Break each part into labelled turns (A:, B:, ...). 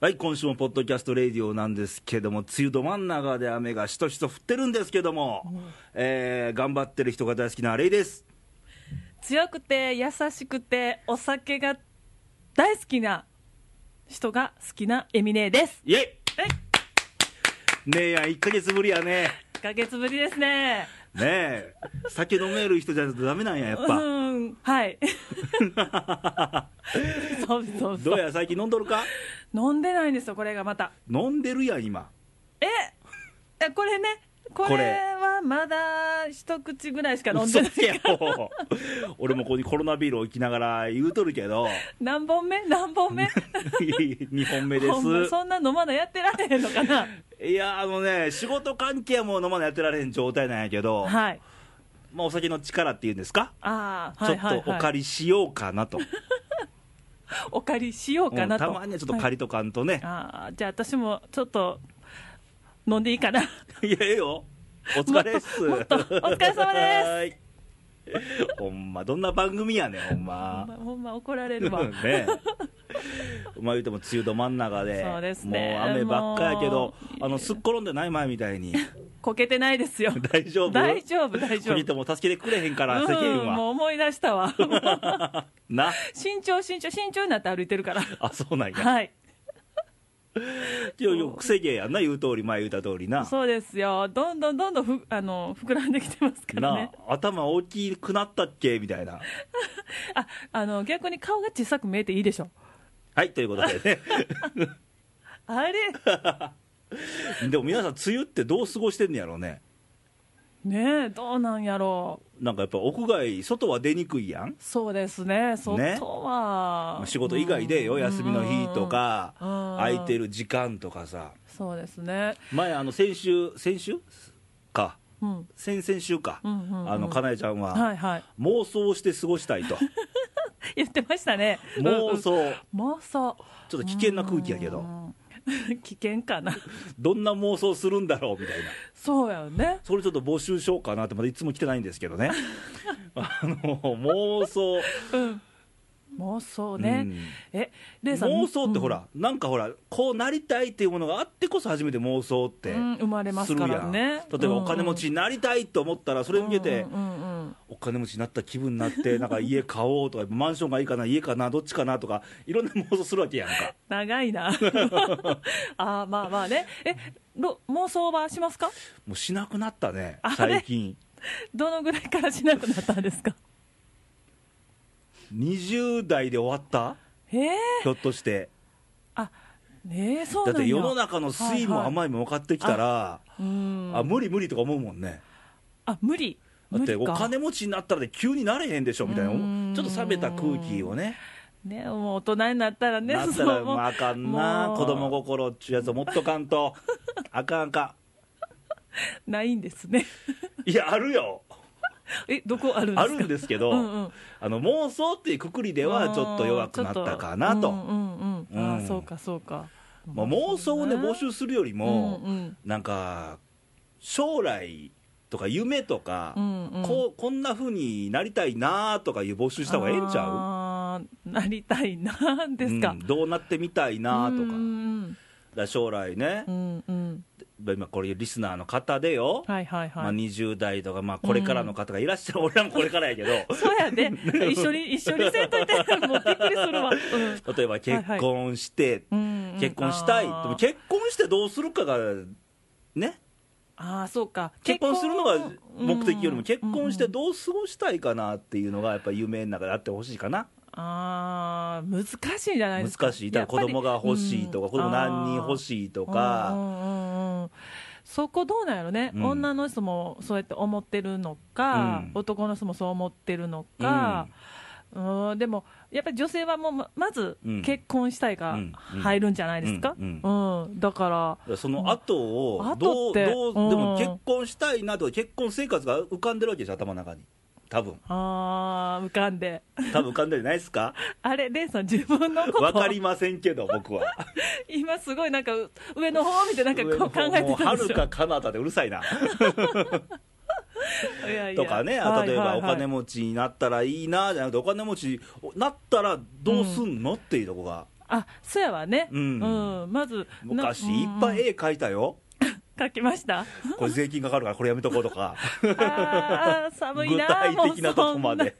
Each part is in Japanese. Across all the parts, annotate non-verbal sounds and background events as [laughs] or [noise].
A: はい、今週もポッドキャストレディオなんですけども、梅雨ど真ん中で雨がしとしと降ってるんですけども、えー頑張ってる人が大好きなレイです。
B: 強くて優しくてお酒が大好きな人が好きなエミネです
A: イェイ
B: はい
A: ねえやん、1ヶ月ぶりやね。
B: 1ヶ月ぶりですね
A: ねえ、酒飲める人じゃないとダメなんや、やっ
B: う
A: ぱ。
B: ーんはい
A: [laughs]
B: そうそ
A: ど
B: うそうう
A: や、最近飲んどるか
B: 飲んでないんですよこれがまた
A: 飲んでるやん、今。
B: ええこれねこ
A: こ
B: れ
A: れ
B: はまだ一口ぐらいしか飲んでない
A: 嘘やろ俺もここにコロナビール置きながら言うとるけど、 [laughs]
B: 何本目何本目
A: 2本目で。
B: ほんますそんな飲まないやってられへんのかない
A: や、あのね、仕事関係はもう飲まないやってられへん状態なんやけど、
B: はい
A: まあ、お酒の力っていうんですか、
B: ああはいはい、
A: ちょっとお
B: はい、
A: 借りしようかなと、
B: お借りしよう
A: う
B: か
A: ん
B: なと、
A: たまにはちょっと借りとかんとね、
B: ああじゃあ私もちょっと飲んでいいかな
A: [laughs] い、や、ええよ、お疲れっす、
B: もっともっとお疲れ様です
A: す。ほんま、どんな番組やねん、ほん
B: ほんま
A: ま。
B: ほんま怒られ
A: [laughs] ね
B: るわ
A: えまあ言うても梅雨ど真ん中で
B: そうですね
A: もう雨ばっかやけど
B: もう
A: あのすっ転んでない前みたい
B: [laughs]
A: に
B: こけてないですよ
A: 大丈夫
B: 大丈夫大丈
A: 国
B: 夫
A: とも助けてくれへんから世間
B: うんもう
A: は
B: 思い出したわ [laughs]
A: な
B: 慎重慎重慎重になって歩いてるから
A: あそうなんや
B: はい
A: いやいや癖毛やんな言う通り前言うた通りな
B: そうですよどんどんどんどんふあの膨らんできてますから
A: な
B: ね
A: あ頭大きくなったっけみたいな
B: ああの逆に顔が小さく見えていいでしょ
A: はいということで
B: あれ
A: ね [laughs] でも皆さん梅雨ってどう過ごしてんのやろうね
B: ねえどうなんやろう
A: なんかやっぱ屋外外は出にくいやん、
B: そうですね外は、
A: まあ仕事以外でよ
B: うん
A: 休みの日とか
B: うんうんうん
A: 空いてる時間とかさ
B: そうですね
A: 前あの先週先週か
B: うん
A: 先々週か、
B: うんうんうん
A: あのかなえちゃんは、
B: はいはい
A: 妄想して過ごした
B: [laughs]
A: いと
B: 言ってましたね
A: 妄想
B: うんうん妄想
A: ちょっと危険な空気やけど
B: うん [laughs] 危険かな
A: どんな妄想するんだろうみたいな
B: そうやよね
A: それちょっと募集しようかなってまだいつも来てないんですけど
B: [laughs]
A: ねあの妄想
B: うん妄想ね、えレイさん
A: 妄想ってほ
B: っ
A: ら、なんかほらこうなりたいっていうものがあってこそ初めて妄想って
B: 生まれますす
A: る
B: か
A: やん、
B: らね
A: 例えばお金持ちになりたいと思ったらそれに向けて、
B: うんうんうんうん
A: お金持ちになった気分になって [laughs] なんか家買おうとかマンションがいいかな家かなどっちかなとかいろんな妄想するわけやん
B: [laughs]
A: か
B: 長い
A: [laughs]
B: なあーまあまあねえろ妄想はしますか
A: もうしなくなったね
B: あれ
A: 最近
B: どのぐらいからしなくなったんです
A: [laughs]
B: か
A: 20代で終わった
B: ええ
A: ひょっとして
B: あねえ [laughs] そう
A: だ
B: なん
A: っ
B: や
A: て世の中の酸いも甘いも分かってきたら、
B: うん
A: あ無理無理とか思うもんね
B: あ無理
A: だってお
B: 無理か
A: 金持ちになったらで急になれへんでしょみたいな
B: うん
A: ちょっと冷めた空気をね
B: ね、もう大人になったらね、
A: なった
B: そ
A: ら
B: うも
A: ま
B: う
A: ああかんな
B: もう
A: 子供心っちゅうやつを持っとかんと
B: [laughs]
A: あかんあか
B: ないんですね。 [laughs]
A: んいやあるよ
B: え、どこあるんですか
A: あるんですけど
B: うんうん
A: あの妄想っていうくくりではちょっと弱くなったかな
B: うん
A: と、
B: うんうんうん
A: う
B: あ
A: ん
B: ーそうか、そうか。
A: まあ、妄想をね募集するよりも、
B: うんうん
A: なんか将来とか夢とか、
B: うんうん
A: こうこんな風になりたいなとかいう募集した方がええんちゃう
B: ゃうなりたいな、ですか
A: うん。どうなってみたいなとか,、
B: う
A: だか
B: ん
A: ら将来ね
B: う、んうんうん。
A: 今これリスナーの方でよ、
B: はいはい
A: まあ、
B: はい。
A: 20代とか、まあ、これからの方がいらっしゃる、俺らもこれからやけど
B: そうやで、一緒に、一緒にせんといて、もうびっくりするわ。うん
A: [laughs] 例えば結婚して、
B: うんうん
A: 結婚したい、
B: あー
A: でも結婚してどうするかがね
B: ああ、そうか。
A: 結婚するのが目的よりも結婚して
B: うん
A: どう過ごしたいかなっていうのがやっぱ夢の中であってほしいかな
B: あー難しいんじゃないですか
A: 難しいだから子供が欲しいとか子供何人欲
B: い
A: しいと
B: と
A: か
B: そこどうなんやろね、
A: うん
B: 女の人もそうやって思ってるのか、
A: うん
B: 男の人もそう思ってるのか、うん、でもやっぱり女性はもうままず
A: うん
B: 結婚したいが
A: うん
B: 入るんじゃないですか、
A: う
B: うんんだから
A: その後
B: うん
A: を
B: 後
A: どう
B: って
A: どう
B: うん
A: でも結婚したいなとか結婚生活が浮かんでるわけでしょ頭の中に多分
B: あー浮かんで [laughs]
A: 多分浮かんでるんじゃないです [laughs] か
B: あれレイさん自分のこと
A: わかりませんけど僕は
B: 今すごいなんか上の方を見てなんかこう考え
A: も
B: て
A: う
B: た
A: は
B: んです
A: る
B: よ
A: か彼方でうるさいな
B: いやいや
A: とかね
B: はい
A: 例えば
B: はい
A: お
B: はい
A: 金持ちになったらいいなじゃなくてお金持ちなったらどうすんのっていうとこが
B: あそうやわね、
A: う
B: うんんまずな
A: 昔いっぱい
B: うん
A: 絵描いたよ、
B: 書きました
A: [laughs] これ税金かかるからこれやめとこうとか
B: [laughs] あー寒い
A: 具
B: な
A: 体的なとこまで
B: もう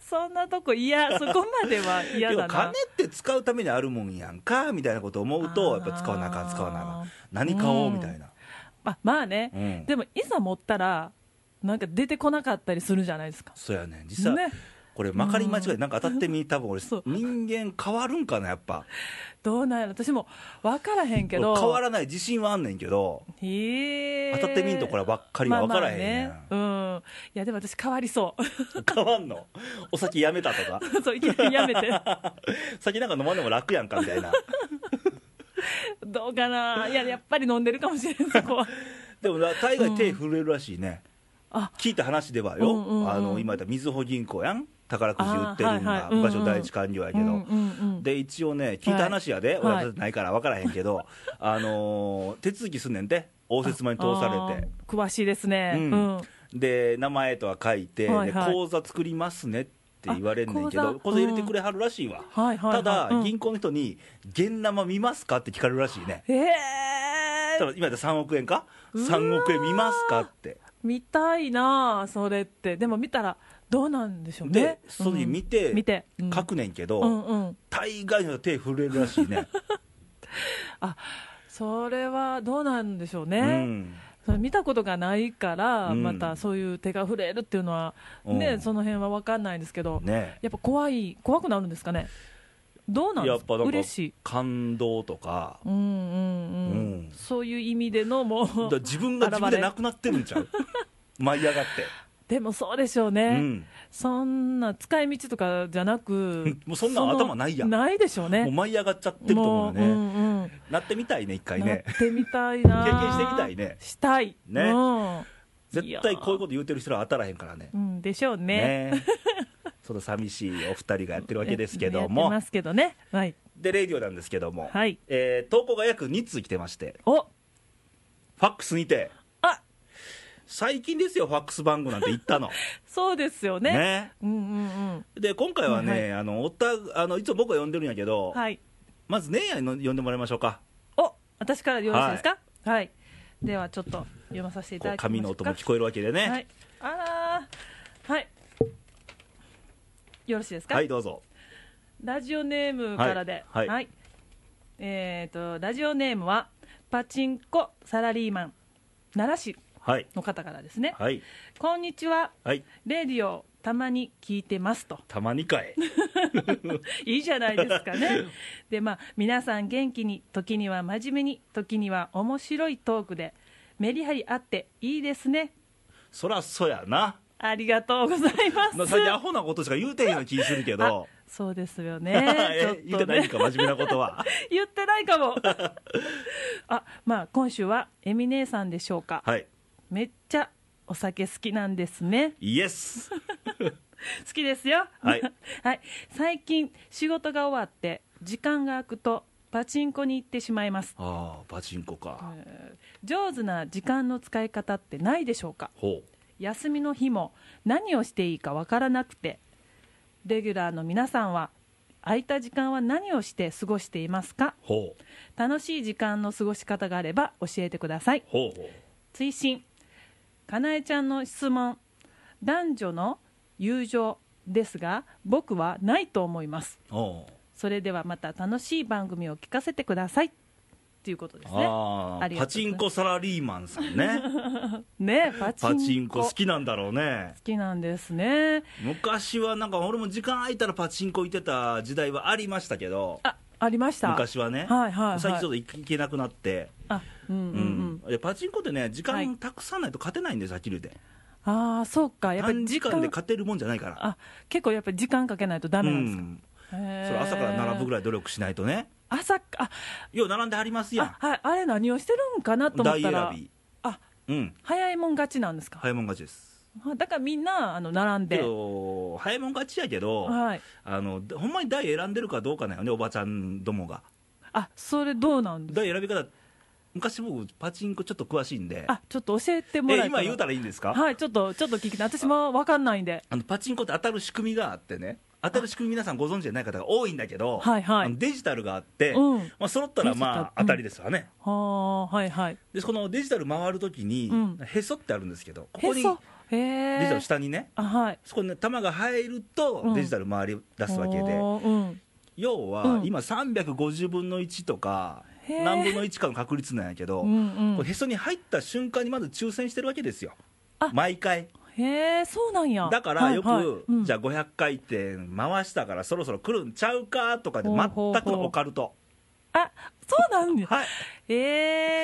B: そんなそんなとこ嫌そこまでは嫌
A: で
B: だ
A: も金
B: な
A: って使うためにあるもんやんかみたいなこと思うと
B: あ
A: や
B: ー
A: っぱ使わなあかん使わなあかん何買おうみたいな、
B: あまあね、
A: うん
B: でもいざ持ったらなんか出てこなかったりするじゃないですか
A: そうやねん実は、
B: ね
A: これまかり間違いなんか当たってみ多分俺
B: そう
A: 人間変わるんかなやっぱ
B: どうなんやろ私も分からへんけど
A: 変わらない自信はあんねんけど
B: へー
A: 当たってみんとこればっかりは分からへんやん
B: まあまあね、うんいやでも私変わりそう [laughs]
A: 変わんのお酒やめたとか
B: そういきなりやめて
A: 酒なんか飲まんでも楽やんかみたいな
B: どうかないややっぱり飲んでるかもしれん
A: [laughs]
B: そこは
A: でもな大概手震えるらしいね、
B: あ
A: 聞いた話ではよ、
B: うんうんうん
A: あの今言ったみずほ銀行やん宝くじ売ってるんが、
B: あーはいはいうんうん
A: 場所第一官僚やけど、
B: うんうんうん
A: で一応ね聞いた話やで、
B: はい
A: 俺はないから分からへんけど、あのー手続きすんねんて応接間に通されて
B: あー詳しいですね
A: うん
B: うん
A: で名前とは書いて、
B: はいはい
A: で口座作りますねって言われんねんけ
B: あ口
A: ど
B: 座
A: 口座入れてくれはるらしいわ、
B: はいはいはい
A: ただ、
B: うん
A: 銀行の人に「現生見ますか?」って聞かれるらしいね
B: え
A: ただ
B: ー
A: 今言った3億円か
B: うわー
A: 3億円見ますかって
B: 見たいなあそれってでも見たらどうなんでしょうね
A: でその日見て,、
B: 見てうん
A: 書くねんけど、
B: うんうんうん
A: 大概の人手震えるらしいね、
B: あそれはどうなんでしょ [laughs] うね、
A: うん、
B: それ見たことがないから、
A: うん
B: またそういう手が触れるっていうのは、ね
A: うん
B: その辺は分かんないですけど、
A: ね
B: やっぱ怖い、怖くなるんですかね、どうなん
A: や
B: で
A: っ
B: すか、
A: ぱなんか
B: 嬉しい、
A: 感動とか
B: うんうんうん
A: うん
B: そういう意味でのも
A: だから
B: う、
A: 自分が自分でなくなってるんちゃう舞い上がって、
B: [laughs] でもそうでしょうね、
A: うん
B: そんな使い道とかじゃなく
A: [laughs] 、もうそんなん
B: の
A: 頭ないやん
B: ないでしょう
A: もう
B: ね、
A: 舞い上がっちゃってると思うよね、
B: もうんうん
A: なってみたいね一回
B: なっ
A: ね
B: てみたいな、
A: 経験してみたいね
B: したい、
A: ね
B: うん
A: 絶対こういうこと
B: と、
A: 言うてる人ら当たらへんからね
B: うん、でしょうね。
A: ね [laughs] その寂しいお二人がやってるわけですけど
B: [laughs] やっ
A: も
B: てますけどね、はい、
A: でレイディオなんですけども、
B: はい
A: えー投稿が約2通来てまして
B: お
A: ファックスにて
B: あ
A: 最近ですよファックス番号なんて言ったの
B: そうです [laughs] よね。
A: ね
B: うんうん
A: で今回はね、
B: はい
A: あのおたあのいつも僕が呼んでるんやけど、
B: うん。はい。
A: まずねえやの呼んでもらいましょうか
B: お私からでよろしいですか。はい。ではちょっと読まさせていた
A: こ
B: だ
A: う
B: きます。
A: 髪の音も聞こえるわけでね
B: は
A: はい、
B: い。あらーはい。よろしいですか。
A: どうぞ
B: ラジオネームからで。
A: はいはい
B: えっ、とラジオネームはパチンコサラリーマン奈良市
A: はい
B: の方からですね。
A: はい
B: こんにちは。
A: はい
B: レディオたまに聞いてますと。
A: たまにかい
B: いいじゃないですかね。
A: [laughs]
B: でまあ皆さん元気に時には真面目に時には面白いトークでメリハリあっていいですね。
A: そらそやな
B: ありがとうございます。
A: な最近アホなことしか言うてへんような気するけど
B: そうですよ
A: [laughs] え
B: ね。ち
A: 言っ
B: ょってと
A: ないん
B: ね
A: か真面目なことは
B: [laughs] 言ってないかも。 [laughs] あまあ今週はエミ姉さんでしょうか。
A: はい
B: めっちゃお酒好きなんですね。
A: イエス
B: 好きですよ
A: はい、
B: [laughs] はい最近仕事が終わって時間が空くとパチンコに行ってしまいます
A: ああパチンコか、
B: えー上手な時間の使い方ってないでしょうか
A: ほう
B: 休みの日も何をしていいかわからなくてレギュラーの皆さんは空いた時間は何をして過ごしていますか
A: ほう
B: 楽しい時間の過ごし方があれば教えてください
A: ほうほう
B: 追伸かなえちゃんの質問男女の友情ですが僕はないと思います
A: おう
B: それではまた楽しい番組を聞かせてくださいということですね
A: ああ
B: ありが
A: パ
B: とうござ
A: チ
B: います
A: ンコサラリーマンさんね
B: ねパチンコ
A: パチンコ好きなんだろうね
B: 好きなんですね
A: 昔はなんか俺も時間空いたらパチンコ行ってた時代はありましたけど
B: あありました
A: 昔はね、
B: はいはいはい
A: 最近ちょっと行けなくなって、
B: あうんうん
A: う
B: うんん、
A: いやパチンコってね時
B: は
A: 間
B: い
A: たくさんないと勝てないんですはっきり言うて
B: ああそうかやっぱり
A: 短時間で勝てるもんじゃないから
B: あ結構やっぱり時間かけないとダメなんですか、
A: うん
B: へー
A: それ朝から並ぶぐらい努力しないとね
B: 朝か
A: よう並んではります
B: あ
A: や
B: あはいあれ何をしてるんかなと
A: ん
B: 思っ
A: 大
B: た
A: 選
B: ら
A: び
B: あ
A: うん
B: 早いもん勝ちなんですか、
A: 早いもん勝ちです
B: あだからみんなあの並ん
A: け
B: で
A: ど早いもん勝ちやけど、
B: はい
A: あのほんまに台選んでるかどうかなんよねおばちゃんどもが
B: あそれどうなんですか
A: 台選び方昔僕パチンコちょっと詳しいんで
B: あちょっと教えても
A: え
B: らえたら
A: 今言うたらいいんですか、
B: はいちょっとちょっと聞きたい私も分かんないんで
A: あのパチンコって当たる仕組みがあってね、当たる仕組み皆さんご存知じゃない方が多いんだけど、
B: はいはい
A: あのデジタルがあって、
B: うん
A: まあ揃ったら
B: デジ
A: ま
B: タ
A: あ
B: ル
A: 当たりですわね、
B: はあはいはい
A: でこのデジタル回るときに、
B: うん
A: へそってあるんですけどここ
B: へ
A: に
B: そへ
A: デジタ
B: え
A: ル下にね
B: あはい
A: そこに、ね、玉が入る
B: う
A: と
B: ん
A: デジタル回り出すわけで、
B: おーうん
A: 要
B: う
A: は
B: ん
A: 今350分の1とか
B: へー
A: 何分の1かの確率なんやけど、
B: うんう
A: こ
B: ん
A: れへそに入った瞬間にまず抽選してるわけですよ
B: あ
A: 毎回
B: へえそうなんや
A: だからよく、
B: はいはいうん
A: じゃあ500回転回したからそろそろ来るんちゃうかとかで
B: ほう
A: 全く
B: ほう
A: のオカルト
B: あそうなん
A: [laughs]
B: や
A: はい
B: え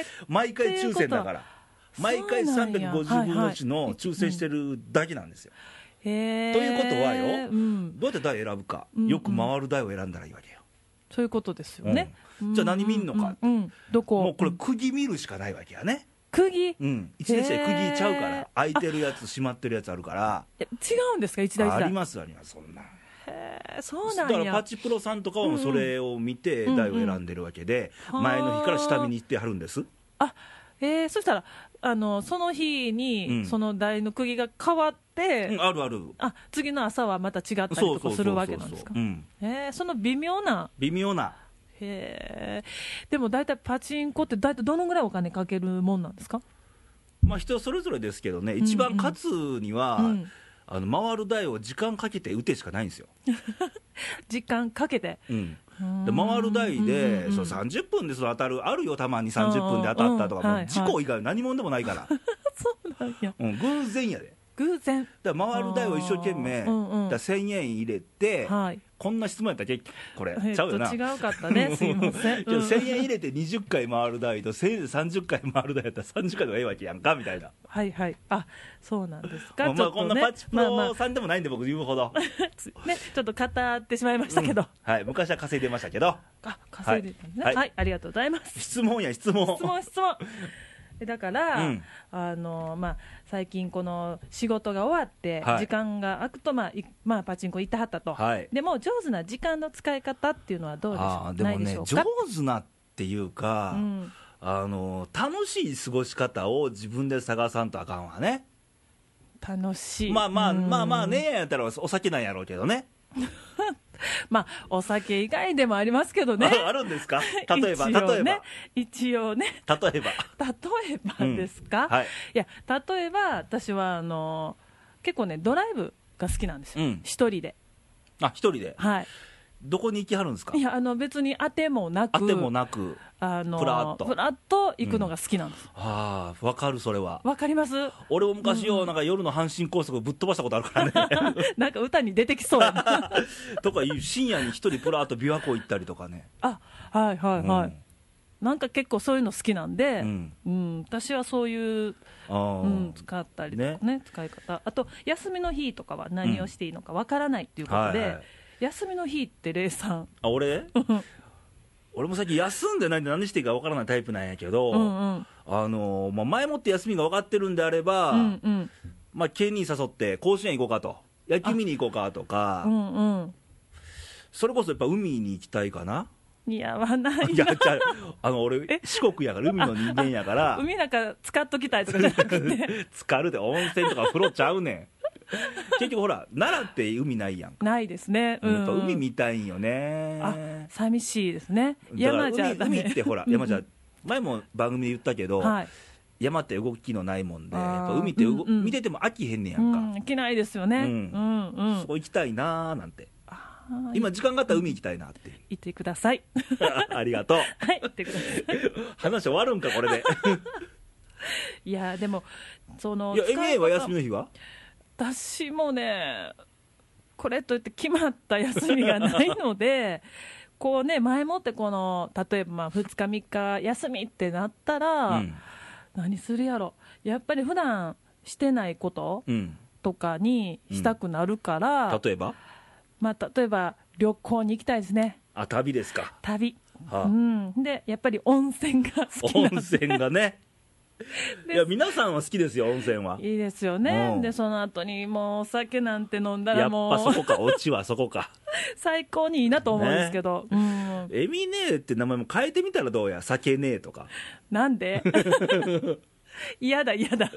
B: え
A: 毎回抽選だから
B: という
A: 毎
B: こと
A: 回
B: そうなんや
A: 350分
B: はい
A: の
B: はい
A: 1の抽選してるだけなんですよ、
B: へえ
A: ということはよ
B: うん、
A: どうやって台選ぶか、
B: うん
A: よく回る台を選んだらいいわけよ
B: そういうことですよね、
A: うんじゃあ何見んのか
B: うんうんうんどこ
A: もうこれ釘見るしかないわけやね
B: 釘
A: うん1日で釘ちゃうか
B: へ
A: ら開
B: ー
A: いてるやつ閉まってるやつあるから
B: え違うんですか一台一台
A: ありますありますそんな
B: へえそう
A: だ
B: な
A: か
B: ん
A: らパ
B: や
A: チプロさんとかはもうそれを見て
B: うんうん
A: 台を選んでるわけで、
B: うんうん
A: 前の日から下見に行ってはるんです
B: あえー、そしたらあのその日に、
A: うん
B: その台の釘が変わって、
A: うんあるある
B: あ次の朝はまた違ったり
A: そう
B: と
A: そ
B: か
A: う
B: す
A: そうそ
B: る
A: う
B: わけなんですか
A: うん
B: えーその微妙な
A: 微妙な
B: へえでも大体パチンコって大体どのぐらいお金かけるもんなんですか
A: まあ人それぞれですけどね一番勝つには、
B: うん
A: あの回る台を時間かけて打てしかないんですよ、
B: 時間かけて
A: うん
B: うーん
A: で回る台で、
B: うんうん
A: そう30分でその当たるあるよたまに30分で当たったとか、
B: うんうん
A: もう事故以外何もんでもない
B: [laughs]
A: から、
B: そうなんや
A: うん、偶然やで
B: 偶然
A: だから回る台を一生懸命、
B: あーうんうん
A: だから1000円入れて、
B: はい
A: こんな質問やったっけこれ、
B: えっ
A: ちゃ
B: と
A: うよな
B: 違うかっ
A: [laughs]
B: たねすいません、
A: じゃあ
B: うん
A: 1000円入れて20回回る台と1000円で30回回る台やったら30回でもええわけやんかみたいな、
B: はいはいあそうなんです
A: ま
B: か
A: あ、まあ
B: ちょ
A: こ
B: っ
A: ん
B: と
A: な
B: ね
A: パチプ
B: まあ
A: ロ
B: ま
A: さんでもないんで僕言うほど、
B: あねちょっと語ってしまいましたけど、
A: はい、昔は稼いでましたけど
B: あ稼いでたね
A: は
B: はいい、
A: はい
B: ありがとうございます
A: 質問や質問
B: 質問質問えだから、
A: うん
B: あのまあ、最近、この仕事が終わって、
A: はい
B: 時間が空くと、まあいまあ、パチンコ行ってはったと、
A: はい
B: でも上手な時間の使い方っていうのはどうでしょ
A: あ
B: う
A: ーで
B: ない
A: も
B: で
A: ね
B: しょう
A: 上
B: か、
A: 手なっていうか、
B: うん、
A: あの楽しい過ごし方を自分で探さんとあかんわね
B: 楽しい、
A: まあまあ
B: うん
A: まあまあ、ねやったらお酒なんやろうけどね
B: まあ、お酒以外でもありますけど
A: [laughs]
B: ね、
A: あるんですか例えば、
B: [laughs] 一
A: 例
B: 応
A: え
B: ね、一応ね、
A: ば例えば
B: 例えばですか、
A: はい
B: いや例えば私はあの結構ねドライブが好きなんですよ、
A: うん
B: 一人で
A: あ一人で
B: はい
A: どこに行きはるんですか
B: いやあの別に当てもなく
A: あてもなく
B: あの
A: ふらっと
B: ふらっと行くのが好きなんです
A: ああわかるそれは
B: わ、かります
A: [laughs]
B: [laughs]
A: 俺も昔よ、なんか夜の阪神高速ぶっ飛ばしたことあるからね [laughs]
B: なんか歌に出てきそうやな
A: とかいう深夜に一人プラーと琵琶湖行ったりとかね
B: あはいはい
A: う
B: はい、
A: ん
B: なんか結構そういうの好きなんで、
A: う
B: うんん私はそういう、
A: あー、
B: うん、使ったりとかね
A: ね
B: 使い方あと休みの日とかは何をしていいのかわからないっていうことで、
A: うんはいはい
B: 休みの日ってレイさん
A: あ俺
B: ん
A: 俺も最近休んでないんで何していいかわからないタイプなんやけど、
B: うんうん
A: あのーまあ、前もって休みが分かってるんであれば、
B: うんうん
A: まあ、県に誘って甲子園行こうかと野球見に行こうかとか、
B: うんうん
A: それこそやっぱ海に行きたいかな
B: 似合わない
A: いやじゃああの俺四国やから海の人間やから
B: [laughs] 海なんか使っときたいとかじゃな
A: [laughs]
B: くて
A: 浸かるで温泉とか風呂ちゃうねん結局ほら奈良って海ないやんか、
B: ないですね、うんうん
A: やっぱ海見たいんよ
B: あ
A: ね
B: 寂しいですね
A: だから
B: 山じゃ
A: 海
B: ダメ
A: 海ってほら山じゃ前も番組で言ったけど、
B: はい、
A: 山って動きのないもんで
B: あー
A: やっぱ海って動
B: うんうん
A: 見てても飽きへんねんや
B: うん
A: か、
B: ん、着ないですよね、
A: う
B: うんん、うん
A: そこ行きたいなーなんて
B: あー
A: 今時間があったら海行きたいなっていう [laughs]
B: いてください [laughs]
A: ありがとう
B: はい行ってください
A: 話終わるんかこれで
B: いやでもその
A: いや MA は休み
B: み
A: の日は
B: 私もねこれといって決まった休みがないのでこうね前もってこの例えばまあ2日3日休みってなったら、
A: うん、
B: 何するやろやっぱり普段してないこと
A: うん、
B: とかにしたくなるから、
A: 例えば
B: まあ、例えば旅行に行きたいですね
A: あ旅ですか
B: 旅、
A: はあ
B: うん、でやっぱり温泉が好きなん
A: 温
B: で
A: 泉がねいや皆さんは好きですよ温泉はい
B: いですよね、
A: うん
B: でその後にもうお酒なんて飲んだ
A: や
B: ら
A: っ
B: も
A: ぱそうこかオチはそこ
B: [laughs]
A: か
B: 最高にいいなと思うんですけど、うん、
A: エミネーって名前も変えてみたら [laughs] どうや酒ねえとか
B: なんで嫌だ嫌だ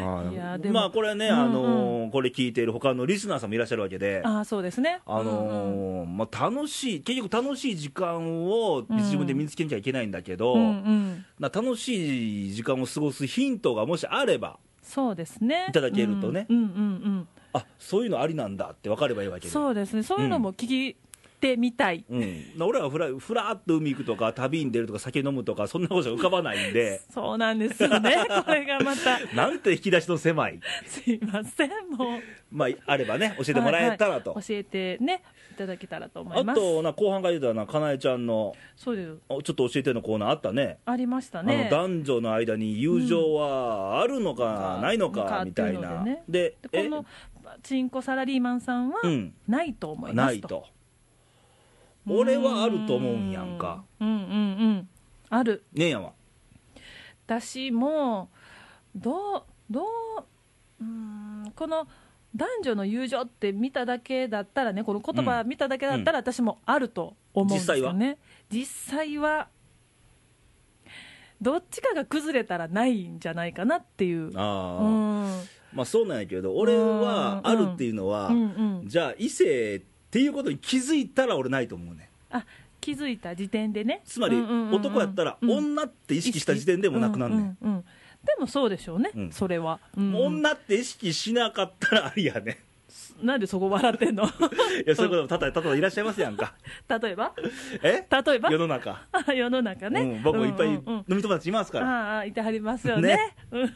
A: はい
B: いやでも
A: まあこれね、あのーこれ聞いている他のリスナーさんもいらっしゃるわけで、
B: ああそうですね
A: あ
B: うん
A: のーまあ、楽しい、結局楽しい時間を自分で見つけなきゃいけないんだけど、
B: うんうんうん
A: な楽しい時間を過ごすヒントがもしあれば、
B: そうですね
A: いただけるとね
B: うんうんうん
A: あそういうのありなんだって分かればいいわけ
B: うん
A: で、
B: そうですねそういうのも聞いてみたい、、
A: うん、な俺はふらふらっと海行くとか、旅に出るとか、酒飲むとか、そんなことじゃ浮かばないんで
B: [laughs] そうなんです
A: [laughs]
B: よねこれがまた
A: なんて引き出しの狭い、
B: すいませんもう
A: まあ、あればね、教えてもらえたらと。
B: はいはい教えてねいただけたらと思います
A: あとな後半が出たな、かなえちゃんの
B: そうです
A: あちょっと教えてのコーナーあったね。
B: ありました
A: あの
B: ね
A: 男女の間に友情はあるのか
B: うん
A: ないの
B: なん
A: か
B: か
A: みたいな、
B: っていうの
A: で
B: でこのチンコサラリーマンさんは
A: うん
B: ないと思
A: え
B: いま
A: な
B: す
A: い
B: と,、
A: と、俺はあると思うんやんか、
B: うんうんうんある
A: ねえやんは、
B: 私もどうどううーんこの男女の友情って見ただけだったらねこの言葉
A: うん
B: 見ただけだったら私もあると思うんですよね、実際はどっちかが崩れたらないんじゃないかなっていう
A: あ
B: う
A: ー
B: ん
A: まあそうなんやけど、俺はあるっていうのは、
B: うんうん
A: じゃあ、異性っていうことに気づいたら俺、ないと思うね、
B: あ気づいた時点でね
A: つまり
B: うんうんうんうん
A: 男やったら、
B: うん
A: 女って意識した時点でもうなくなんねん。
B: うんうんうんでもそうでしょうね、
A: うん
B: それは、うん
A: もう女って意識しなかったらありやね
B: なんでそこ笑ってんの [laughs]
A: いやそういうことも多々多々いらっしゃいますやんか
B: 例えば
A: え
B: 例えば
A: 世の中、
B: あ [laughs] 世の中ね、
A: うん、僕もいっぱい
B: うん
A: 飲
B: うんうん
A: み友達いますから、
B: ああいてはりますよね
A: ね
B: うん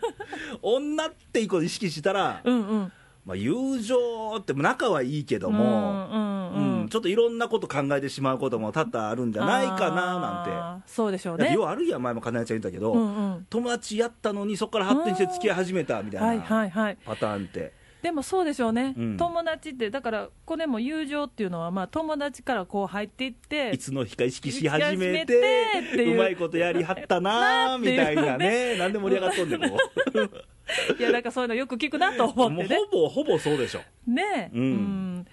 A: 女っていうことを意識したら、
B: うんうん
A: まあ、友情って仲はいいけども、う
B: うんうんんうん
A: ちょっといろんなこと考えてしまうことも多々あるんじゃないかななんて。
B: あーそうでしょう
A: だっ
B: ね
A: てようあるやん前もかなえちゃん言ったけど、
B: うんうん
A: 友達やったのにそこから発展して付き合い始めたみた
B: はいい
A: な
B: はいはい
A: パターンって、
B: でもそうでしょうね、
A: うん
B: 友達ってだからこれも友情っていうのはまあ友達からこう入っていって
A: いつの日か意識し始めて
B: 意識し始めてっていう
A: うまいことやりはったなーみたいな
B: [laughs] なーって
A: ねなんで盛り上がっとんねんこう
B: いやなんかそういうのよく聞くなと思
A: も
B: [laughs] っ
A: う
B: てね
A: ほぼほぼそうでしょ
B: ねえ、
A: うん
B: うん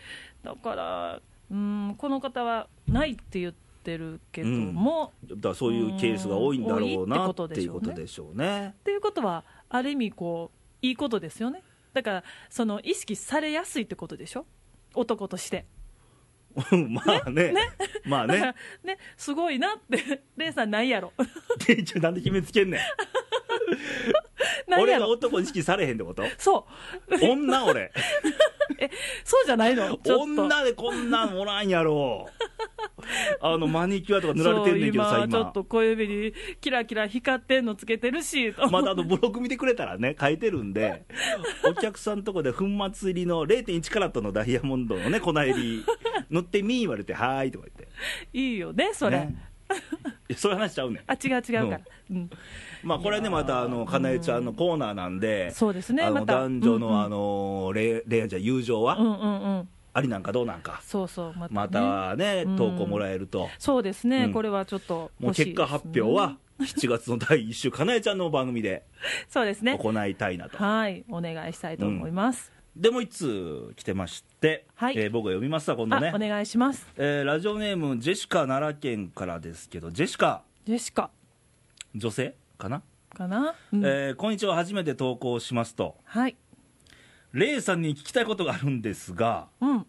B: だから、うん、この方はないって言ってるけども、っ
A: だからそういうケースが多いんだろうな
B: うん
A: っ
B: 多いってこと
A: て
B: で
A: い
B: し
A: う
B: ょう
A: こ
B: ね
A: とでしょうね
B: ていうことはある意味こういいことですよねだからその意識されやすいってことでしょ男として、
A: うん [laughs] まあねまあ
B: だか
A: ね
B: らねすごいなって [laughs] レイさんないやろ
A: 店長 [laughs] なんで決めつけんねん
B: ない
A: 俺
B: や
A: が
B: ろ
A: 男に意識されへんってこと
B: そう
A: 女
B: [laughs]
A: 俺
B: そうじゃないのちょっと
A: 女でこんなんおらんやろあのマニキュアとか塗られてんねんけど
B: そ
A: さ
B: う今ちょ
A: 今
B: っと小指にキラキラ光ってんのつけてるしと
A: まだあのブログ見てくれたらね書いてるんでお客さんとこで粉末入りの0.1カラットのダイヤモンドのね粉入
B: [laughs]
A: り塗ってみー言われてはーいとか言って
B: [laughs] いいよねそれ、
A: ねいやそういう話しちゃうねん
B: あ違う違うから、うん
A: まあこれはねまたあのかなえちゃんのコーナーなんで
B: そうですね
A: あの
B: また
A: 男女
B: うんう
A: の
B: ん
A: あの恋恋愛じゃ友情
B: う
A: は
B: んうんうん
A: ありなんかどうなんか
B: そうそうまた,、ね
A: またね
B: うん
A: 投稿もらえると
B: そうですね、
A: うん
B: これはちょっと
A: もう
B: 欲しい
A: 結
B: で
A: 果
B: すね
A: 発表は7月の第1週かなえちゃんの番組で
B: そうですね
A: 行いたいなと
B: はいお願いしたいと思います、
A: でもう一通来てまして
B: はい
A: えー僕が読みますわ今度
B: あ
A: ね
B: お願いします
A: えーラジオネームジェシカ奈良県からですけどジェシカ
B: ジェシカ
A: 女性かな
B: かな、うん
A: えーこんにちは初めて投稿しますと
B: はい
A: レイさんに聞きたいことがあるんですが
B: うん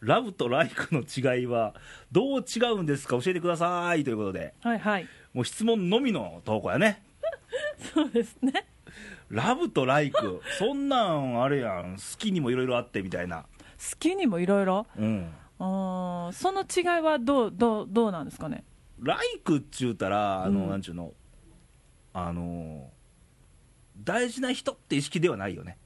A: ラブとライクの違いはどう違うんですか教えてくださいということで
B: はいはい [laughs]
A: もう質問のみの投稿やね
B: そうですね
A: ラブとライクそんなんあれやん好きにもいろいろあってみたいな
B: 好きにもいろいろ
A: うん
B: あーその違いはどうどうどうなんですかね
A: ライクっちゅうたらあの、
B: うん
A: なんちゅうのあの大事な人って意識ではないよね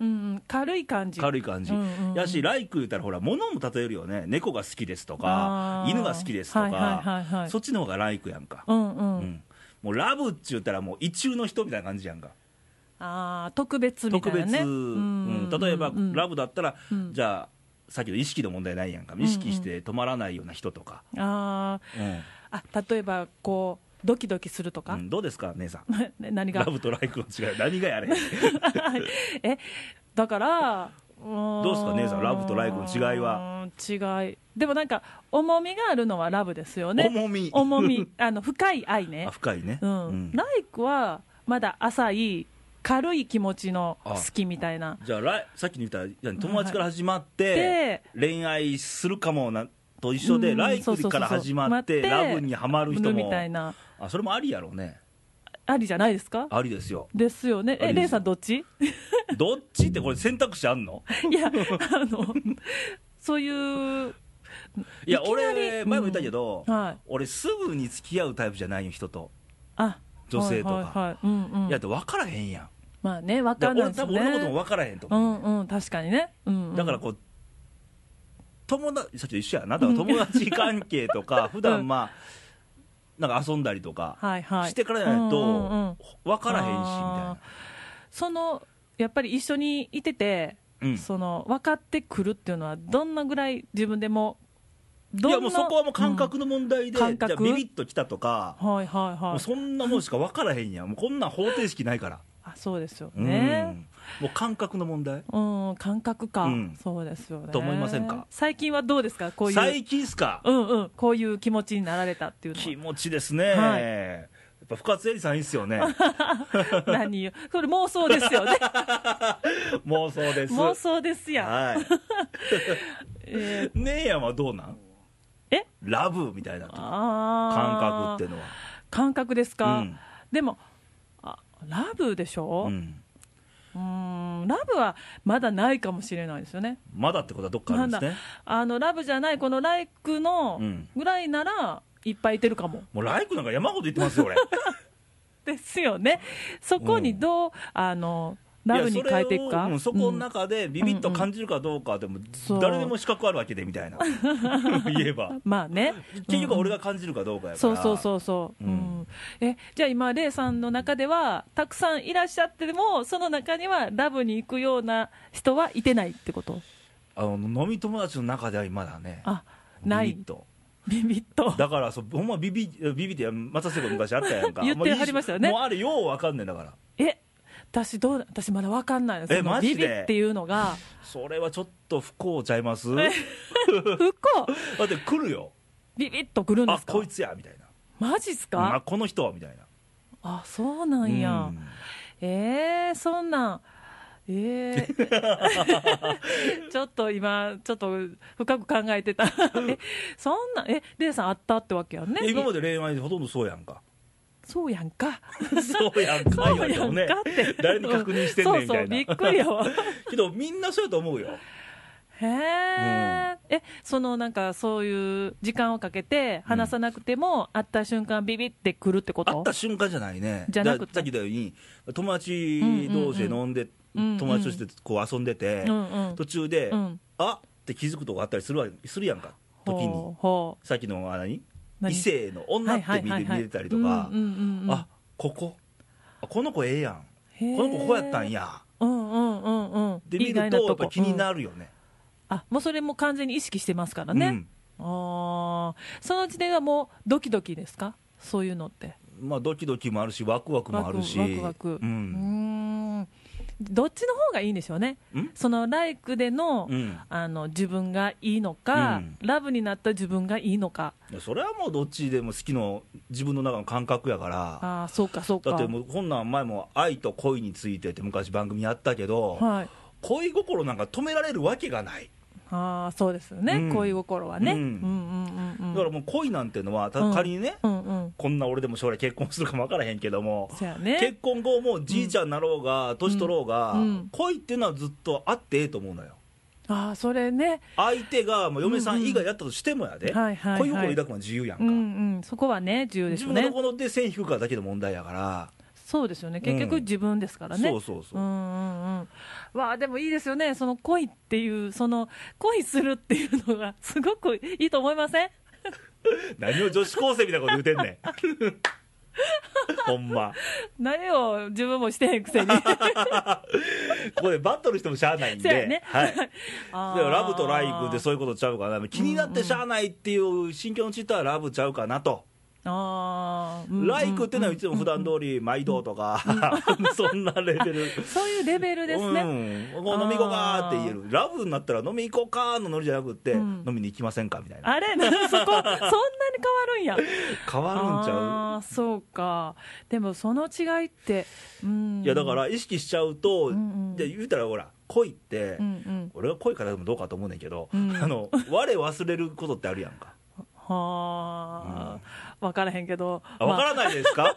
B: うんうん軽い感じ
A: 軽い感じ、
B: うんうんうん
A: やしライク言ったらほら物も例えるよね猫が好きですとか
B: あー
A: 犬が好きですとか、
B: はいはいはいはい
A: そっちの方がライクやんか、
B: うんうん、
A: うんもうラブっちゅうたらもう一中の人みたいな感じやんか
B: ああ特別みた
A: 特
B: いな
A: 別、
B: ね
A: うん例えば、ラ
B: ブ
A: ブだったら、
B: うん
A: じゃあさっきの意識の問題ないやんか
B: ん
A: 意識して止まらないような人とか、
B: あ
A: うん
B: ーあ例えばこうドキドキするとか、
A: うんどうですか姉さん
B: [laughs] ね何
A: ラ
B: が
A: ブとライクの違い何がやれ
B: [laughs] えだからど
A: どうすか姉さんラブとライクの違いは
B: 違いでもなんか重みがあるのはラブですよね
A: 重み
B: 重みあの深い愛ね
A: あ深いね、
B: うん
A: うん
B: ライクはまだ浅い軽い気持ちの好きみたいな。
A: じゃあ来さっき言った何友達から始まって
B: で、
A: 恋愛するかもなと一緒で、
B: うん
A: ライクから始まって
B: そうそうそう
A: ラブにはまる人
B: み
A: も
B: たいな。
A: あそれもありやろうね
B: ありじゃないですか
A: ありですよ
B: ですよね。
A: あり
B: え、
A: です
B: レイさんどっ
A: [laughs]
B: ち
A: どっちってこれ選択肢あんの
B: いや、あの、そういう、
A: いや
B: いきなり
A: 俺前も言ったけど、
B: うんはい
A: 俺すぐに付き合うタイプじゃないよ人と
B: あ、
A: 女性とか
B: はいはいはいうんうん
A: いやだって分からへんやん
B: まあね、わ
A: だ
B: か
A: から
B: んない
A: 俺
B: です
A: 多
B: よ
A: 分俺
B: ね。
A: のことも分からへんと思う、
B: うんうん、確かにね。うん、うん。
A: だからこう友達さっきと一緒やなだから友達関係と
B: [laughs]
A: か普段まあ、なんか遊んだりとか
B: はいはい。
A: してからじゃないと、
B: うんうんうん
A: 分からへんしみ
B: あその、やっぱり一緒にいてて、
A: たいな、うん、
B: その、分かってくるっていうのは、どんなぐらい自分でも、ど
A: い
B: んな
A: やもうそこはもう感、覚の問題で、
B: うん感覚
A: じゃあビビッときたとか、
B: うんはいはい
A: も
B: は
A: う
B: い。
A: そんなもんしか分からへんやんもうこんなん方程式ないから、
B: あ、そうですよ
A: うん
B: ね。
A: もう感覚の問題
B: うん、感覚か、
A: うん
B: そうですよね。
A: と思いませんか
B: 最近はどうですかこういう、
A: 最近っすか、
B: うんうん、こういう気持ちになられたっていうのは
A: 気持ちですね、
B: はい
A: やっぱ深津絵里さんいいっすよ
B: [laughs]
A: ね
B: 何よそれ妄想です
A: [laughs]
B: よね
A: 妄想です
B: 妄想ですやん、
A: はい
B: え
A: 姉やんはどうなん
B: え
A: ラブみたいな
B: ー
A: 感覚
B: あ
A: って
B: ー
A: いうのは
B: 感覚ですか、
A: うん
B: でもあラブでしょ
A: う
B: うんーんラブはまだないかもしれないですよね
A: まだってことはどっかあるんです
B: ま
A: ね
B: あのラブじゃないこのライクの
A: うん
B: ぐらいならいっぱいいてるかも
A: もうライクなんか山ほど言ってますよ俺
B: ですよねそこにどう、あの [laughs] ラブに変えていく
A: いや
B: か
A: それをうんそこの中でビビッと感じるかどうかでも
B: そう
A: 誰でも資格あるわけでみ
B: [laughs]
A: たいな言えば
B: うんまあね
A: 結局は俺
B: が
A: が感じるかどうかやか
B: そう
A: ら
B: そうそうそう、
A: う
B: うんんえじゃあ今レイさんの中ではたくさんいらっしゃってもその中にはラブに行くような人はいてないってこと
A: あの飲み友達の中では今だね
B: あない
A: ビビッと
B: ビビッと
A: だからそうほんまビビビビって松瀬子昔あったやんか
B: [laughs] 言ってはりましたよね
A: もうあれようわかんねえんだから
B: え私どうな私まだわかんないの
A: え
B: その
A: マジ
B: ビ
A: で
B: ビっていうのが
A: それはちょっと不幸ちゃいますだ
B: え不幸
A: って来るよ
B: ビビッとくるんで
A: あ
B: すか
A: こいつやみたいな
B: マジっす
A: あ
B: か
A: この人はみたいな
B: あそうなんや
A: うん
B: えー、そんなんえ
A: [laughs]
B: ー、ちょっと今ちょっと深く考えてたえそんなんえレイさんあったってわけやんね
A: 今まで恋愛でほとんどそうやんか
B: そうやん
A: [laughs]
B: か。
A: そうやんか
B: そ
A: 言
B: う
A: われて
B: や
A: も
B: ん
A: ね
B: かって。
A: 誰に確認してんねんみたいな
B: そうそう、びっくりよ。
A: けどみんなそうやと思うよ
B: へえ、え、そのなんかそういう時間をかけて話さなくても、会った瞬間ビビってくるってこと
A: 会った瞬間じゃないね
B: じゃなくて
A: ださっき言ったように友達同士で飲んで、
B: うんうんうん
A: 友達としてこう遊んでて、
B: うんうん。
A: 途中で、
B: うん。
A: あって気づくとこあったりするわするやんか時に
B: ほうほ
A: さっきのあ何
B: 何
A: 異性の
B: う。
A: 女って見,、
B: はいはいはいはい
A: 見れたりとか、
B: うんうんうん、
A: あここあこの子ええやん
B: へえ
A: この子こうやったん。や
B: うんうんうんうん。
A: で見
B: 意
A: る
B: 外
A: と
B: な
A: やっ
B: こ
A: ぱ気に
B: うん
A: なるよね、
B: あ、もうそれも完全に意識してますから
A: うん
B: ね。ああ。その時点はもうドキドキですかそういうのって。
A: まあ、ドキドキもあるしワクワクもあるし
B: ワクワクワク
A: う
B: うんーんどっちの方がいいんでしょうね
A: ん
B: そのライクでの,、
A: うん
B: あの自分がいいのか、
A: うん
B: ラブになった自分がいいのか
A: それはもうどっちでも好きの自分の中の感覚やから
B: ああそうかそうか
A: だってもうこんなん前も愛と恋についてって昔番組やったけど、
B: はい、
A: 恋心なんか止められるわけがない
B: ああそうですよね、
A: うん
B: 恋心はね、
A: う
B: うんん、うんうんうん
A: だからもう恋なんてのは、た
B: うん
A: 仮にね、
B: うんうん
A: こんな俺でも将来結婚するかも分からへんけども、
B: そやね
A: 結婚後、もうじいちゃんになろうが、年取ろうが、
B: うん
A: 恋っていうのはずっとあってええと思うのよ。
B: ああそれね
A: 相手がもう嫁さん以外やったとしてもやで、
B: うんうんはいはいはい
A: 恋心抱くのは自由やんか、
B: うんうんそこはね重要で
A: 自
B: すよ
A: 分の
B: ね
A: ところで線引くかだけの問題やから、
B: そうですよね結
A: う
B: 局
A: ん
B: 自分ですからね、
A: そうそうそう、
B: うんうんうん、わあでもいいですよね、その恋っていう、その恋するっていうのが、 [laughs] すごくいいと思いません
A: 何を女子高生みたいなこと言うてん [laughs] ねんほんま
B: 何を自分もしてへん
A: [laughs]
B: くせに、
A: ここでバトルしてもしゃあないん
B: [laughs] そう
A: で、
B: やね
A: はい、
B: あ
A: で
B: ー
A: ラブとライクでそういうことちゃうかな気になってしゃあないっていう心境のちったらラブちゃうかなと
B: あーうんうん
A: ライクっていうのはいつも普段通り毎度とか、 [laughs] そんなレベル。
B: そういうレベルですね、
A: うん、もう飲み行こうかって言える、ラブになったら飲み行こうかのノリじゃなくって、
B: うん
A: 飲みに行きませんかみたいな、
B: あれ [laughs] なそこそんなに変わるんや
A: 変わるんちゃ
B: あーそうかでもその違いって、うん、
A: ういやだから意識しちゃうと、
B: うんうん
A: で言うたらほら、恋って、
B: うんうん
A: 俺が恋からでもどうかと思うねんけど、
B: う
A: [laughs]
B: ん
A: あの我忘れることってあるやんか、
B: はあ、分からへんけど
A: あ分からないです
B: [laughs]
A: か、
B: まあ、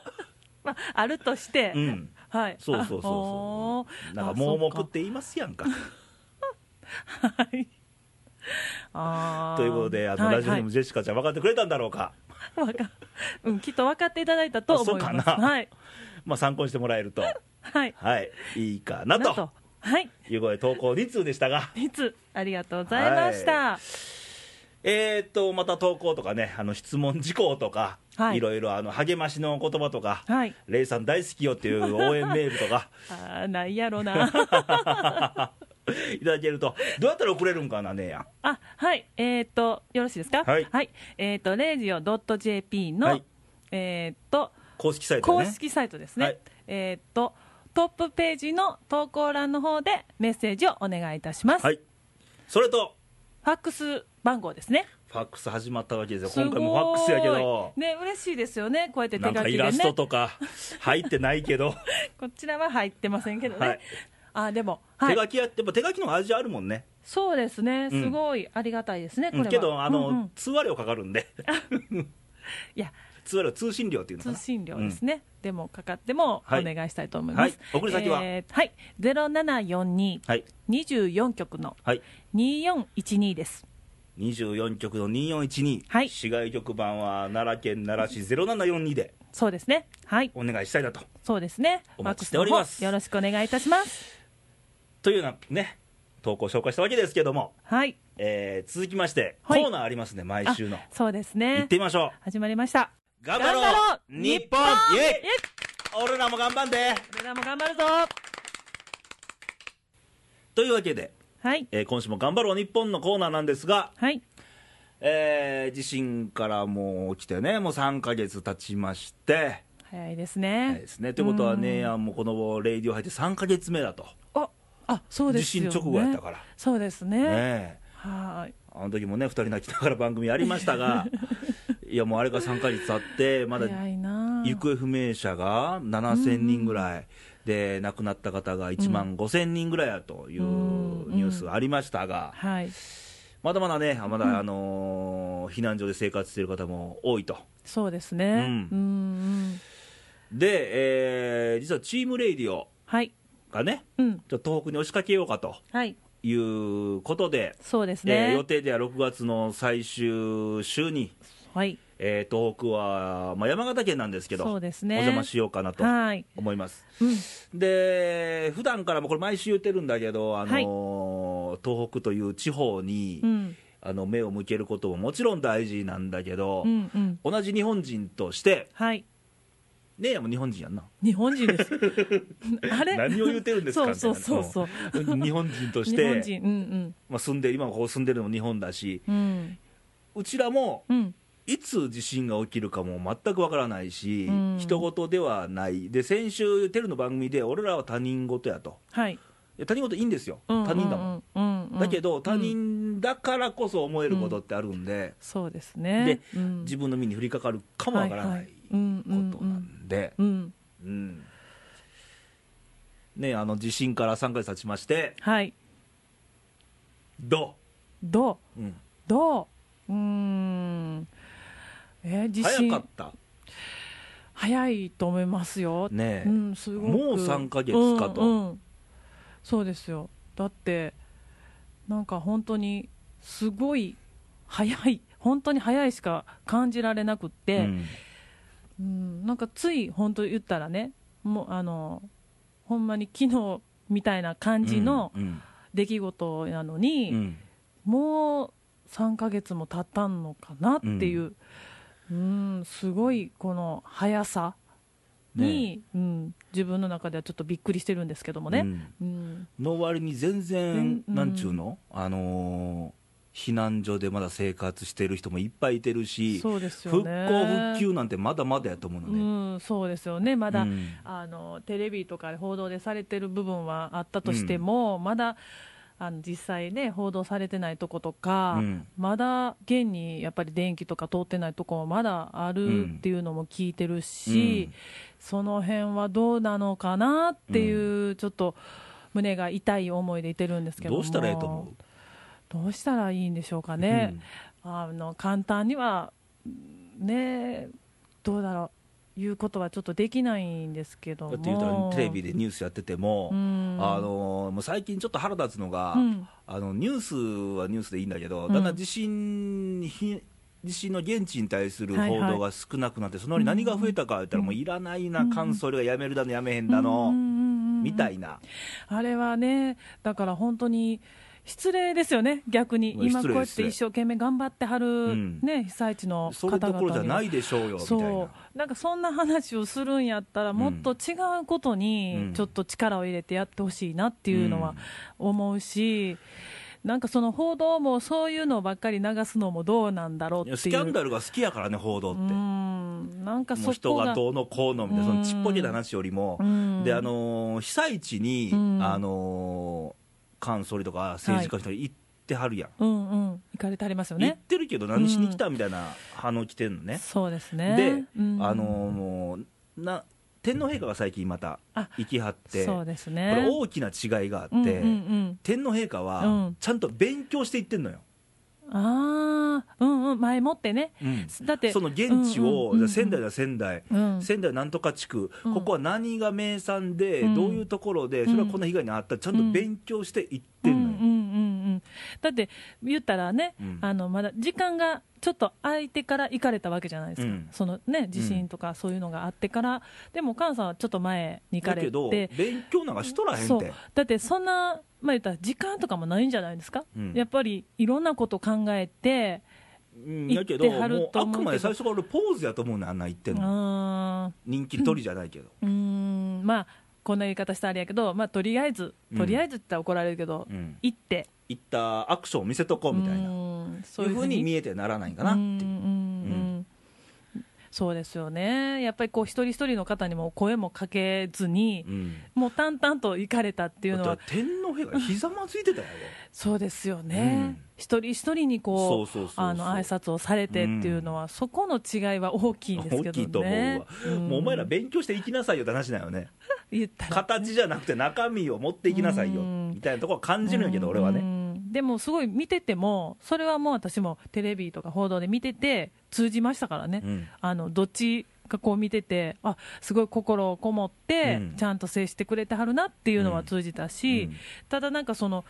B: まあ、あるとして、
A: うん、
B: はい
A: そうそうそう
B: お
A: そ
B: ー
A: う、なんか
B: あ
A: 盲目
B: そう
A: っ
B: か
A: て言いますやんか。
B: はいあー
A: ということで、あの
B: はい
A: ラジオ
B: は
A: で
B: い
A: もジェシカちゃん、分かってくれたんだろうか、
B: わかうん、きっと分かっていただいたと思います
A: あそうかな
B: はい
A: まあ、参考にしてもらえると、
B: はい
A: はい、いいかな
B: なん
A: と
B: はい
A: いうことで、投稿2通でしたが。
B: いつありがとうございました、
A: えー、とまた投稿とかね、あの質問事項とか、
B: はい
A: い、ろいろあの励ましの言葉とか、
B: はい
A: レイさん大好きよって
B: [laughs]
A: いう応援メールとか
B: あーないや
A: [laughs]
B: ろな
A: いただけると、どうやったら送れるんかなねえやん。
B: あはいえっ、とよろしいですか
A: はい
B: えっ、とレジオ .jp の、
A: はい
B: えっ、と
A: 公式サイト
B: 公
A: でね。
B: 式サイトですね、
A: はい
B: えっ、とトップページの投稿欄の方でメッセージをお願いいたします、
A: はい。それと、
B: ファックス番号ですね
A: ファックス始まったわけですよ。
B: すごい
A: 今回もファックスやけど、
B: ね嬉しいですよねこうやって手
A: な
B: 書
A: ん
B: きで
A: か
B: ね
A: イラストとか入ってないけど、
B: こちらは入ってませんけどね、
A: はい
B: あでも、 [laughs] はい
A: 手、書きやって、やっぱ手書きの味あるもんね。
B: そうです
A: う
B: ね
A: ん
B: すごいありがたいです
A: う
B: ね、
A: ん
B: これは
A: けど、あの、
B: うんうん
A: 通話料かかるんで、 [laughs]
B: いや
A: 通話料、通信料っていうのか
B: 通
A: な。
B: 信料ですね、でもかかってもお
A: はい
B: 願いしたいと思います、
A: はい送り先は
B: えーはい、0742、
A: はい。
B: 24局の
A: はい。
B: 2412です
A: 24局の2412、
B: はい
A: 市外局番は奈良県奈良市0742で
B: そうですねはい
A: お願いしたいなと。
B: そうですね
A: お待ちしております
B: マックスの方よろしくお願いいたします
A: というようなね、投稿紹介したわけですけども、
B: はい
A: えー続きまして、
B: はい
A: コーナーありますね、毎週の
B: あ。そうです
A: 行
B: ね
A: ってみましょ
B: 始まりました
A: う。頑張ろう日本イ
B: イエイ
A: エイ俺らも頑張んで
B: 俺らも頑張るぞ
A: というわけで、
B: はい
A: えー今週も頑張ろう日本のコーナーなんですが、
B: はい
A: えー地震からもう来てね、もう3ヶ月経ちまして、
B: 早いです
A: は
B: ね
A: いですね。ということは
B: うん
A: ね、あもうこのレイディオ入って3ヶ月目だと。
B: ああそうですよ、ね、
A: 地震直後やったから
B: そうですね
A: ねえ
B: はい
A: あの時もね、2人泣きながら番組やりましたが、いやもうあれが3ヶ月経って、まだ
B: 早いな
A: 行方不明者が7000人ぐらい、で亡くなった方が1万5000人ぐらいだという
B: うん
A: ニュースがありましたが、
B: はい
A: まだまだね、まだ、あのー避難所で生活している方も多いと。
B: そうですね
A: うん
B: うんうん
A: で、えー実はチームレイディオ
B: はい
A: がね、
B: うん
A: ちょっと東北に押しかけようかと
B: はい
A: いうことで、
B: そうです
A: えー
B: ね、
A: 予定では6月の最終週に、
B: はい
A: えー東北は、まあ、山形県なんですけど、
B: そうですね
A: お邪魔しようかなと
B: はい
A: 思います。
B: うん
A: で、普段からもこれ、毎週言ってるんだけど、あのー東北という地方に、
B: うん
A: あの目を向けることももちろん大事なんだけど、
B: うんうん
A: 同じ日本人として、
B: はい
A: ねえやも日本人やんな、
B: 日本人です
A: [laughs]
B: あれ
A: 何を言ってるんですかみたい
B: [laughs] そ
A: な
B: うそうそうそう
A: うん日本人とし
B: 日本
A: て、
B: 人うん
A: まあ、住んで今もここ住んでるのも日本だし、
B: うんうん
A: うちらも
B: うん
A: いつ地震が起きるかも全くわからないし、
B: うん
A: 人事ではない、で先週、テルの番組で、俺らは他人事やと、
B: はい
A: いや他人事いいんですよ、
B: うん
A: 他人だもん。
B: うんうんうん
A: だけど、他
B: うん
A: 人だからこそ思えることってあるんで、
B: そうですね
A: で
B: うん
A: 自分の身に降りかかるかもわからない
B: は
A: こ
B: いうん
A: となんで、
B: うんうん
A: うんねあの地震から3回経ちまして、
B: はい
A: ど
B: どう
A: う、うん
B: どううーんえー地震
A: 早かった、
B: 早いと思いますよ、
A: ね
B: うん、すごく
A: もう3ヶ月かと
B: うんうんそうですよだってなんか本当にすごい早い本当に早いしか感じられなくって、
A: うん
B: うん、なんかつい本当言ったらねもうあのほんまに昨日みたいな感じの
A: うん
B: 出来事なの
A: う
B: に、
A: んうん
B: もう3ヶ月も経ったんのかなっていう、うん、すごいこの速さに、うん、自分の中ではちょっとびっくりしてるんですけどもね、
A: うん
B: うん
A: の割に全然、
B: 全
A: なんちゅうの、あのー避難所でまだ生活してる人もいっぱいいてるし、
B: そうですよ
A: 復
B: ね
A: 興、復旧なんてまだまだやと思うの
B: う
A: ね、
B: ん、そうですよね、まだ、
A: うん
B: あのテレビとかで報道でされてる部分はあったとしても、まだあの実際ね、報道されてないとことか、
A: うん
B: まだ現にやっぱり電気とか通ってないとこもまだあるっていうのも聞いてる
A: う
B: し、
A: ん
B: その辺はどうなのかなっていう、ちょっと胸が痛い思いでいてるんですけども
A: どうしたらええと思う
B: どうしたらいいんでしょうかね、あの簡単にはねどうだろういうことはちょっとできないんですけども
A: だって言うたらテレビでニュースやってても、
B: うん
A: あのもう最近ちょっと腹立つのが、
B: うん
A: あのニュースはニュースでいいんだけど、
B: うん
A: だんだん地震にひ地震の現地に対する報道が少なくなって、そのより何が増えたか言ったら、もういらないな、関それがやめるだの、やめへんだの、みたいな、
B: あれはねだから本当に失礼ですよね逆に
A: うん失
B: 今こ
A: 礼
B: うやって一生懸命頑張ってはる、
A: ん
B: ね被災地の
A: それ
B: 方々に
A: どころじゃないでしょうよみたいな
B: そ。うなんかそんな話をするんやったら、もっと違うこと
A: う
B: に
A: ん
B: ちょっと力を入れてやってほしいなっていうのは思うし、なんかその報道もそういうのばっかり流すのもどうなんだろ
A: い
B: うっ
A: や
B: て
A: ス
B: いう
A: キャンダルが好きやからね、報道って
B: う。んなんか
A: もう
B: そ
A: 人
B: こ
A: が
B: が
A: どうのこうのみたいな、そのちっぽけな話よりも
B: うん、
A: であのー被災地に、
B: うん
A: あのー菅総理とか政治家の人が行ってはるやん、
B: うんうん行かれてありますよ
A: 行っ
B: ね
A: てるけど、何しに来たみたいな反応来てんのね、
B: そうですね
A: で、
B: うん
A: あのーもうな、天皇陛下が最近また
B: あ
A: 行きはって、
B: そう
A: こ
B: ですね
A: れ、大きな違いがあって、
B: うんうん
A: 天皇陛下
B: う
A: は
B: ん
A: ちゃんと勉強していってんのよ。
B: うん、ああうんうん前もってね
A: うん
B: だって
A: その現地を、
B: うんうんうんうん
A: 仙台だ仙台、
B: うん
A: 仙台なんとか地区、
B: うん
A: ここは何が名産で、
B: うん
A: どういうところで、それはこんな被害に遭った、ちゃんと勉強していってんのよ、
B: うんうんうんうん、だって言ったらね、
A: うん
B: あのまだ時間がちょっと空いてから行かれたわけじゃないですか、
A: うん
B: そのね、地震とかそういうのがあってから、でも菅さんはちょっと前に行か
A: だ
B: れ
A: けど、
B: て、
A: 勉強なんかしとらへん
B: そ
A: っ
B: う
A: て、
B: だってそんな、まあ、言ったら時間とかもないんじゃないですか、
A: うん
B: やっぱりいろんなこと考えて、
A: うんやけど、
B: 行ってはる
A: もう
B: と
A: あ
B: 思うけど
A: くまで最初から俺、ポーズやと思うねん、あんな言って
B: うん
A: の、
B: ーん
A: 人気取りじゃないけど、
B: うーん、まあ、こんな言い方したらあれやけど、まあ、とりあえず、とりあえずって言ったら怒られるけど、
A: うん
B: 行って、
A: 行ったアクションを見せとこうみたいな、
B: う
A: い
B: ーんそううい
A: いう
B: う
A: ふ
B: ふ
A: う
B: う
A: に
B: に
A: 見えてならないかなっていう
B: うんうんうんそうですよね、やっぱりこう一人一人の方にも声もかけずに、
A: うん
B: もう淡々と行かれたっていうの
A: だっ
B: は
A: て、天皇陛下、ひざまずいてたやろ。
B: そうですよね、
A: うん
B: 一人一人にこう
A: そうそうそうそう
B: あの挨拶をされてっていうのは、そこの違いは大きいんですけ
A: 大きいと
B: ど
A: 思う
B: ね
A: わ、。もうお前ら
B: ん
A: 勉強していきなさいよって話だよね。
B: 言ったら
A: 形じゃなくて中身を持っていきなさいよ
B: うん
A: みたいなところは感じるんやけど俺は
B: う
A: ね
B: んでもすごい見てても、それはもう私もテレビとか報道で見てて、通じましたからね、
A: うん
B: あのどっちかこう見てて、あすごい心をこもって、
A: うん
B: ちゃんと接してくれてはるなっていうのは通じたし、
A: うん
B: ただなんかその、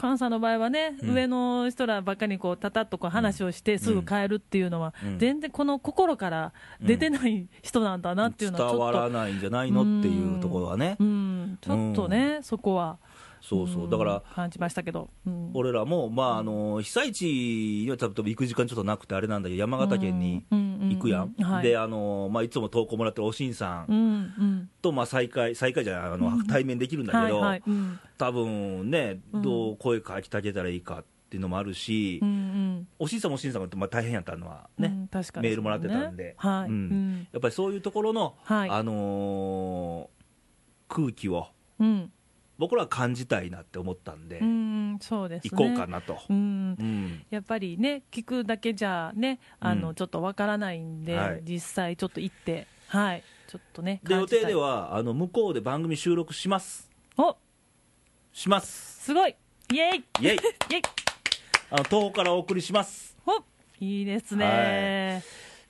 B: 菅さんの場合はね、
A: うん
B: 上の人らばっかりにこうたたっとこう話をして、すぐ帰るっていうのは、
A: うん
B: 全然この心から出てない人なんだなっていう
A: 伝
B: のは、ちょ
A: わ
B: っと。
A: らないんじゃないのっていうところはね
B: うん、ちょっとね、そこは
A: そうそ
B: ん
A: うだから
B: 感じましたけど、うん
A: 俺らもまああの被災地には多分行く時間ちょっとなくてあれなんだけど山形県に行くやん
B: うんうんうんはい
A: であのまあいつも投稿もらってるおしんさ
B: うんん
A: とまあ再会再会じゃないあの対面できるん
B: うん、
A: だ
B: は
A: け
B: い
A: ど
B: はい、うん
A: 多分ね
B: うん
A: どう声かけてあげたらいいかっていうのもあるし
B: うんうん
A: おしんさんもおしんさんもまあ大変やったのはね
B: うん確かに
A: メールもらってたんで、
B: はい、
A: う
B: うんん
A: やっぱりそういうところの、
B: はい
A: あのー空気を
B: うん
A: 僕らは感じたいなって思ったんで、
B: うん、そうですね
A: 行こうかなと、
B: うん
A: うん
B: やっぱりね聞くだけじゃねあの、
A: うん
B: ちょっとわからないんで、
A: はい
B: 実際ちょっと行ってはいちょっとね
A: で
B: 感
A: 予
B: じたい
A: 定ではあの向こうで番組収録します
B: お
A: します
B: すごいイ [laughs] エイ
A: イエイ
B: イエイ
A: あの東北からお送りします
B: おいいですね、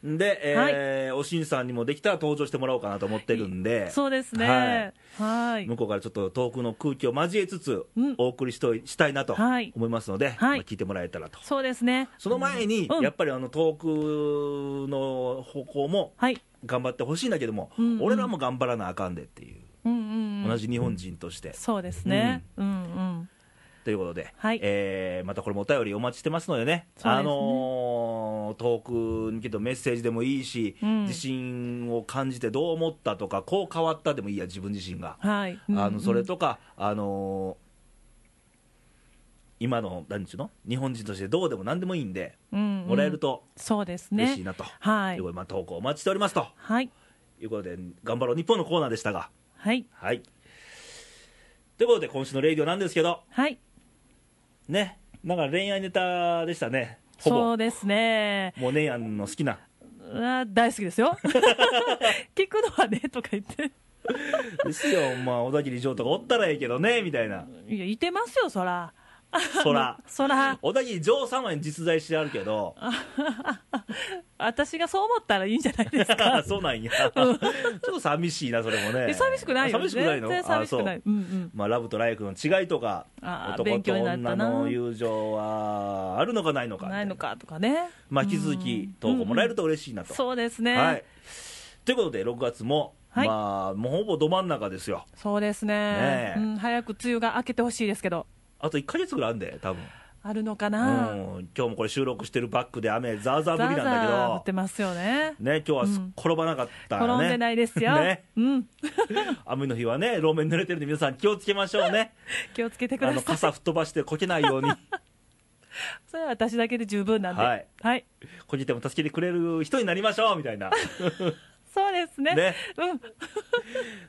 A: で、えーおしんさんにもできたら登場してもらおうかなと思ってるんで
B: そうですね
A: はい
B: はい
A: 向こうからちょっと遠くの空気を交えつつ
B: うん
A: お送りしといしたいなと
B: はい
A: 思いますので、
B: はい
A: まあ聞いてもらえたらと
B: そうですね
A: その前に、
B: うん
A: やっぱりあの遠くの方向も
B: はい
A: 頑張ってほしいんだけども、
B: うんうん
A: 俺らも頑張らなあかんでっていう、
B: うんうんうん
A: 同じ日本人として。
B: そうですね、うん、うん
A: ということで、
B: はい
A: えーまたこれもお便りお待ちしてますのでね、
B: そうですね
A: あのー遠くにけどメッセージでもいいし、
B: うん
A: 自信を感じてどう思ったとか、こう変わったでもいいや、自分自身が。
B: はい、うん
A: あのそれとか、あのー今の何ちゅうの日本人としてどうでも何でもいいんで
B: うんうん
A: もらえると
B: そうです
A: 嬉し
B: ね
A: いなと、
B: はい
A: ということでまあ、投稿お待ちしておりますと
B: はい
A: いうことで頑張ろう日本のコーナーでしたが
B: はい
A: はいということで今週の「レイディオ」なんですけど
B: はい
A: ねなんか恋愛ネタでしたねほ
B: そう
A: ぼ
B: ですね
A: もう姉やんの好きな
B: うわ大好
A: [laughs]
B: きですよ聞くのはねとか言って
A: ですよ、まあ、小田切城とかおったらええけどねみたいない
B: やいてますよそら
A: そ
B: [laughs]
A: ら
B: そら
A: 小田切城さんは実在してあるけど
B: 私がそう思ったらいいんじゃないで
A: [laughs]
B: すか
A: あそうなんや [laughs] ちょっと寂しいなそれもね
B: え寂しくないよ
A: 寂しくないの
B: 全然寂しくない
A: あそう
B: うんうん
A: まあ、ラブとライクの違いとか
B: あー
A: 男
B: 勉
A: と
B: 強になった
A: 女
B: な
A: の友情はあるのかないのか
B: ないのかとかね
A: まあ、引き続き投稿もらえると嬉しいなと、
B: そうですね、
A: はい、ということで6月も、
B: はい
A: まあ、もうほぼど真ん中ですよ
B: そうですね
A: ねえ
B: うん、早く梅雨が明けてほしいですけど
A: あと1か月ぐらいあんで多分
B: あるのか
A: う
B: な、
A: ん今日もこれ収録してるバックで雨ザーザー
B: ザーザ
A: 降りなんだけど
B: ー降ってますよね
A: ね、今日はす
B: うん
A: 転ばなかったからね、
B: 転んでないですよ、
A: [laughs] ね、
B: うん、
A: 雨の日はね、路面濡れてるんで、皆さん、気をつけましょう
B: [laughs]
A: ね、
B: 気をつけてく
A: あ
B: だ
A: の
B: さい
A: 傘吹っ飛ばしてこけないように、
B: それは私だけで十分なんで
A: は
B: はいい、
A: こけても助けてくれる人になりましょうみたいな。
B: そうですね
A: ね
B: うん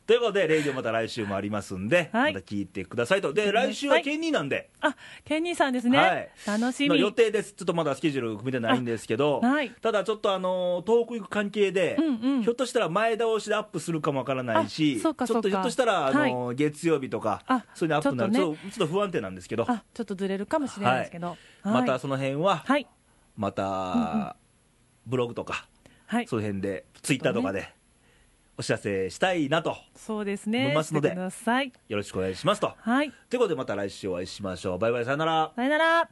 A: ということで、レイディオまた来週もありますんで、
B: はい
A: また聞いてくださいと、で来週はケンニーなんで、
B: あケンニーさんですね、
A: はい、
B: 楽し
A: の
B: み
A: 予定です、ちょっとまだスケジュール組めてないんですけど、
B: あはい
A: ただちょっと、あのー遠く行く関係で、
B: うんうん
A: ひょっとしたら前倒しでアップするかもわからないし、
B: あそうか
A: ちょっと
B: そう
A: ひ
B: か
A: ょっとしたら、あのー月曜日とか
B: あ、
A: そういうのアップになる
B: ち
A: ち
B: ょ
A: ょ
B: っと
A: っとちょっと不安定なんですけど。
B: あちょっとずれるかもしれないですけど、はい
A: またその辺は、
B: はい
A: ま
B: んうん
A: たブログとか、
B: はい
A: その辺で、ツイッターとかでお知らせしたいなと、
B: そうですね
A: 思いますので
B: してください
A: よろしくお願いしますと。
B: はい
A: ということで、また来週お会いしましょう。バイバイ、さよなら。
B: さよなら